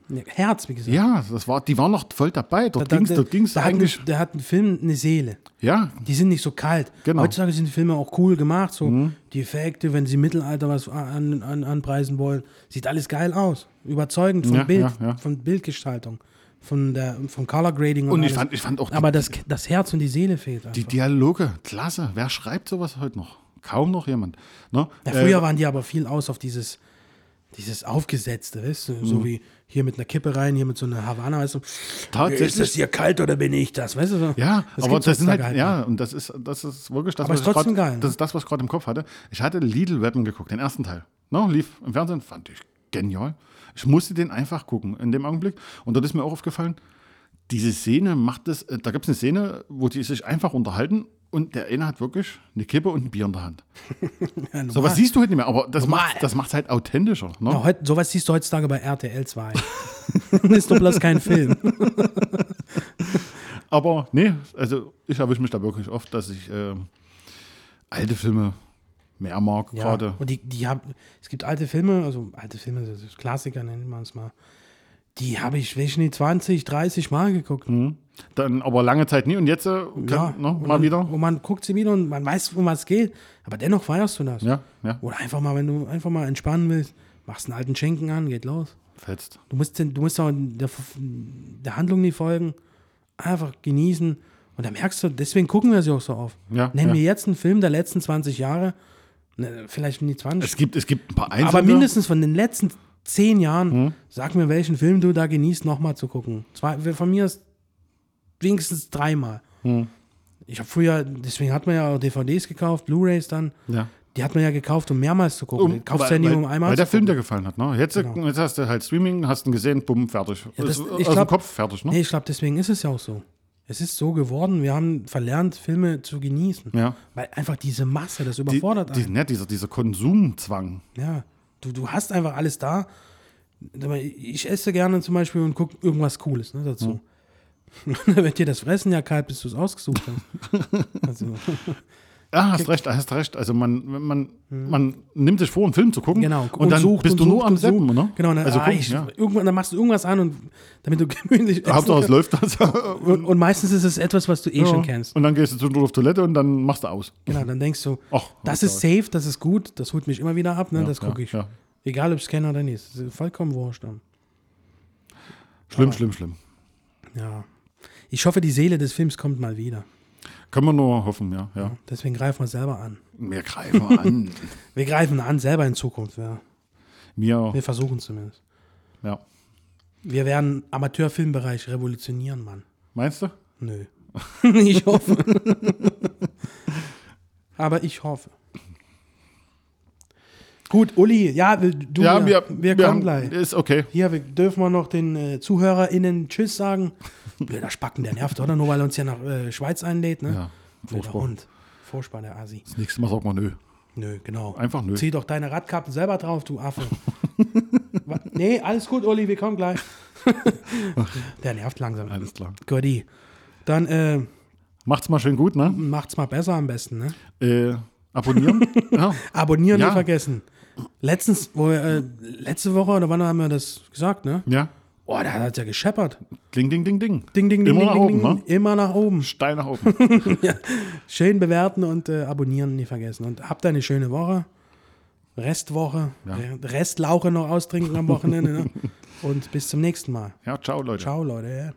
[SPEAKER 3] Ja, Ne, Herz, wie gesagt.
[SPEAKER 2] ja, das war, die war noch voll dabei. Dort
[SPEAKER 3] Da-
[SPEAKER 2] ging es
[SPEAKER 3] da-
[SPEAKER 2] dort ging's
[SPEAKER 3] da hat ein-
[SPEAKER 2] eigentlich,
[SPEAKER 3] Da hat ein Film eine Seele.
[SPEAKER 2] ja,
[SPEAKER 3] Die sind nicht so kalt.
[SPEAKER 2] Genau. Mhm.
[SPEAKER 3] Heutzutage sind die Filme auch cool gemacht. So die Effekte, wenn sie im Mittelalter was an, an, anpreisen wollen, sieht alles geil aus. Überzeugend vom
[SPEAKER 2] Ja,
[SPEAKER 3] Bild,
[SPEAKER 2] ja, ja.
[SPEAKER 3] von Bildgestaltung, von der, vom Color Grading und,
[SPEAKER 2] Und ich
[SPEAKER 3] alles.
[SPEAKER 2] fand- ich fand auch die-
[SPEAKER 3] Aber das, das Herz und die Seele fehlt.
[SPEAKER 2] die
[SPEAKER 3] einfach.
[SPEAKER 2] Dialoge, klasse. Wer schreibt sowas heute noch? Kaum noch jemand. Ne?
[SPEAKER 3] ja,
[SPEAKER 2] Äh,
[SPEAKER 3] früher waren die aber viel aus auf dieses, dieses Aufgesetzte, weißt du? So
[SPEAKER 2] Mhm.
[SPEAKER 3] wie hier mit einer Kippe rein, hier mit so einer Havana, weißt du?
[SPEAKER 2] Tatsächlich.
[SPEAKER 3] Ist es hier kalt oder bin ich das, weißt du? So,
[SPEAKER 2] Ja, aber
[SPEAKER 3] gibt's
[SPEAKER 2] das sind halt,
[SPEAKER 3] heutzutage halt
[SPEAKER 2] ja, und das ist, das ist wirklich das,
[SPEAKER 3] Aber
[SPEAKER 2] was
[SPEAKER 3] ist
[SPEAKER 2] ich
[SPEAKER 3] trotzdem
[SPEAKER 2] grad-
[SPEAKER 3] geil, ne?
[SPEAKER 2] das ist das, was ich gerade im Kopf hatte. Ich hatte Little Weapon geguckt, den ersten Teil. No, lief im Fernsehen, fand ich genial. Ich musste den einfach gucken in dem Augenblick. Und dort ist mir auch aufgefallen, diese Szene macht es, äh, da gibt es eine Szene, wo die sich einfach unterhalten und der eine hat wirklich eine Kippe und ein Bier in der Hand.
[SPEAKER 3] Ja, normal.
[SPEAKER 2] So was siehst du heute nicht mehr, aber das
[SPEAKER 3] Normal.
[SPEAKER 2] macht das macht's halt authentischer. Ne?
[SPEAKER 3] Ja, heut, sowas siehst du heutzutage bei RTL 2. ist doch bloß kein Film.
[SPEAKER 2] Aber nee, also ich erwische mich da wirklich oft, dass ich äh, alte Filme mehr mag
[SPEAKER 3] Ja.
[SPEAKER 2] gerade.
[SPEAKER 3] Und die, die haben, es gibt alte Filme, also alte Filme, das ist Klassiker nennt man es mal. Die habe ich weiß ich nicht 20, 30 Mal geguckt.
[SPEAKER 2] Dann aber lange Zeit nie und jetzt äh, kann, Mhm, ne,
[SPEAKER 3] und
[SPEAKER 2] mal
[SPEAKER 3] man,
[SPEAKER 2] wieder.
[SPEAKER 3] Und man guckt sie wieder und man weiß, um was es geht. Aber dennoch feierst du das.
[SPEAKER 2] Ja, ja.
[SPEAKER 3] Oder einfach mal, wenn du einfach mal entspannen willst, machst einen alten Schenken an, geht los.
[SPEAKER 2] Fetzt.
[SPEAKER 3] Du musst, den- du musst auch der, der Handlung nicht folgen, einfach genießen. Und da merkst du, deswegen gucken wir sie auch so auf.
[SPEAKER 2] Ja,
[SPEAKER 3] Nenn
[SPEAKER 2] ja.
[SPEAKER 3] mir jetzt einen Film der letzten 20 Jahre, ne, vielleicht nicht 20,
[SPEAKER 2] Es ne? gibt, es gibt ein paar Einzelne.
[SPEAKER 3] aber mindestens von den letzten 10 Jahren,
[SPEAKER 2] Mhm.
[SPEAKER 3] sag mir, welchen Film du da genießt, nochmal zu gucken. Zwei, von mir ist wenigstens dreimal.
[SPEAKER 2] Mhm.
[SPEAKER 3] Ich habe früher, deswegen hat man ja auch DVDs gekauft, Blu-Rays dann.
[SPEAKER 2] Ja.
[SPEAKER 3] Die hat man ja gekauft, um mehrmals zu gucken. Die Kaufst du ja nie, um einmal
[SPEAKER 2] weil
[SPEAKER 3] zu
[SPEAKER 2] der Film
[SPEAKER 3] gucken.
[SPEAKER 2] dir gefallen hat. Ne? Jetzt, jetzt hast du halt Streaming, hast ihn gesehen, bumm, fertig.
[SPEAKER 3] das-
[SPEAKER 2] Ist
[SPEAKER 3] ich
[SPEAKER 2] aus
[SPEAKER 3] glaub-
[SPEAKER 2] dem Kopf fertig. Ne?
[SPEAKER 3] Nee, ich glaube, deswegen ist es ja auch so. Es ist so geworden, wir haben verlernt, Filme zu genießen.
[SPEAKER 2] Ja.
[SPEAKER 3] Weil einfach diese Masse das
[SPEAKER 2] Die,
[SPEAKER 3] überfordert
[SPEAKER 2] die,
[SPEAKER 3] einen.
[SPEAKER 2] ne, dieser, dieser Konsumzwang.
[SPEAKER 3] Ja. Du, du hast einfach alles da. Sag mal, Ich esse gerne zum Beispiel und gucke irgendwas Cooles ne, dazu. Dann wird dir das Fressen ja kalt, bis du es ausgesucht hast. also,
[SPEAKER 2] Ja, Ah, hast recht, hast recht. Also man, wenn man, man nimmt sich vor, einen Film zu gucken
[SPEAKER 3] Mhm. genau.
[SPEAKER 2] und, dann bist du nur am Seppen, ne?
[SPEAKER 3] Genau, dann,
[SPEAKER 2] also
[SPEAKER 3] ah,
[SPEAKER 2] gucken,
[SPEAKER 3] ich,
[SPEAKER 2] ja.
[SPEAKER 3] irgendwann, dann machst du irgendwas an, und, damit du gemütlich essen
[SPEAKER 2] Hauptsache es
[SPEAKER 3] kannst.
[SPEAKER 2] läuft das.
[SPEAKER 3] Und, und meistens ist es etwas, was du eh schon kennst.
[SPEAKER 2] und dann gehst du zwischendurch auf Toilette und dann machst du aus.
[SPEAKER 3] Genau, dann denkst du,
[SPEAKER 2] Ach,
[SPEAKER 3] das
[SPEAKER 2] okay.
[SPEAKER 3] ist safe, das ist gut, das holt mich immer wieder ab, ne? das
[SPEAKER 2] ja,
[SPEAKER 3] gucke ich.
[SPEAKER 2] ja.
[SPEAKER 3] Egal, ob ich es kenne oder nicht. Das ist vollkommen wurscht. dann.
[SPEAKER 2] Schlimm, schlimm, schlimm.
[SPEAKER 3] Ja. Ich hoffe, die Seele des Films kommt mal wieder.
[SPEAKER 2] Können wir nur hoffen, ja. ja.
[SPEAKER 3] Deswegen greifen wir selber an.
[SPEAKER 2] Wir greifen an.
[SPEAKER 3] Wir greifen an selber in Zukunft. Ja.
[SPEAKER 2] Wir,
[SPEAKER 3] Wir versuchen zumindest.
[SPEAKER 2] ja.
[SPEAKER 3] Wir werden Amateurfilmbereich revolutionieren, Mann.
[SPEAKER 2] Meinst du?
[SPEAKER 3] Nö. ich hoffe. Aber ich hoffe. Gut, Uli, ja, du, ja, wir kommen
[SPEAKER 2] haben-
[SPEAKER 3] gleich.
[SPEAKER 2] Ist okay.
[SPEAKER 3] Hier, wir dürfen wir noch den äh, ZuhörerInnen Tschüss sagen. Blöder Spacken, der nervt, oder? Nur weil er uns ja nach äh, Schweiz einlädt, ne?
[SPEAKER 2] Ja,
[SPEAKER 3] Blöder
[SPEAKER 2] furchtbar.
[SPEAKER 3] Hund. Furchtbar, der Asi.
[SPEAKER 2] Das nächste Mal sagt man nö.
[SPEAKER 3] Nö, genau.
[SPEAKER 2] Einfach nö.
[SPEAKER 3] Zieh doch deine Radkappen selber drauf, du Affe. Wa- nee, alles gut, Uli, wir kommen gleich. Der nervt langsam.
[SPEAKER 2] Alles klar.
[SPEAKER 3] Gotti. Dann äh,
[SPEAKER 2] Macht's mal schön gut, ne?
[SPEAKER 3] macht's mal besser am besten. Ne?
[SPEAKER 2] Äh, abonnieren. ja.
[SPEAKER 3] Abonnieren
[SPEAKER 2] Ja.
[SPEAKER 3] nicht vergessen. Letztens, wo wir, äh, letzte Woche oder wann haben wir das gesagt, ne?
[SPEAKER 2] ja.
[SPEAKER 3] Boah, da hat es ja gescheppert.
[SPEAKER 2] Ding, ding, ding, ding.
[SPEAKER 3] Ding, ding, ding,
[SPEAKER 2] Immer
[SPEAKER 3] ding,
[SPEAKER 2] nach
[SPEAKER 3] ding,
[SPEAKER 2] oben,
[SPEAKER 3] ding.
[SPEAKER 2] ne?
[SPEAKER 3] Immer nach oben.
[SPEAKER 2] Steil nach oben.
[SPEAKER 3] Schön bewerten und äh, abonnieren nicht vergessen. Und habt eine schöne Woche. Restwoche.
[SPEAKER 2] Ja.
[SPEAKER 3] Äh, Restlauche noch austrinken am Wochenende. ne? Und bis zum nächsten Mal.
[SPEAKER 2] Ja, ciao, Leute.
[SPEAKER 3] Ciao, Leute.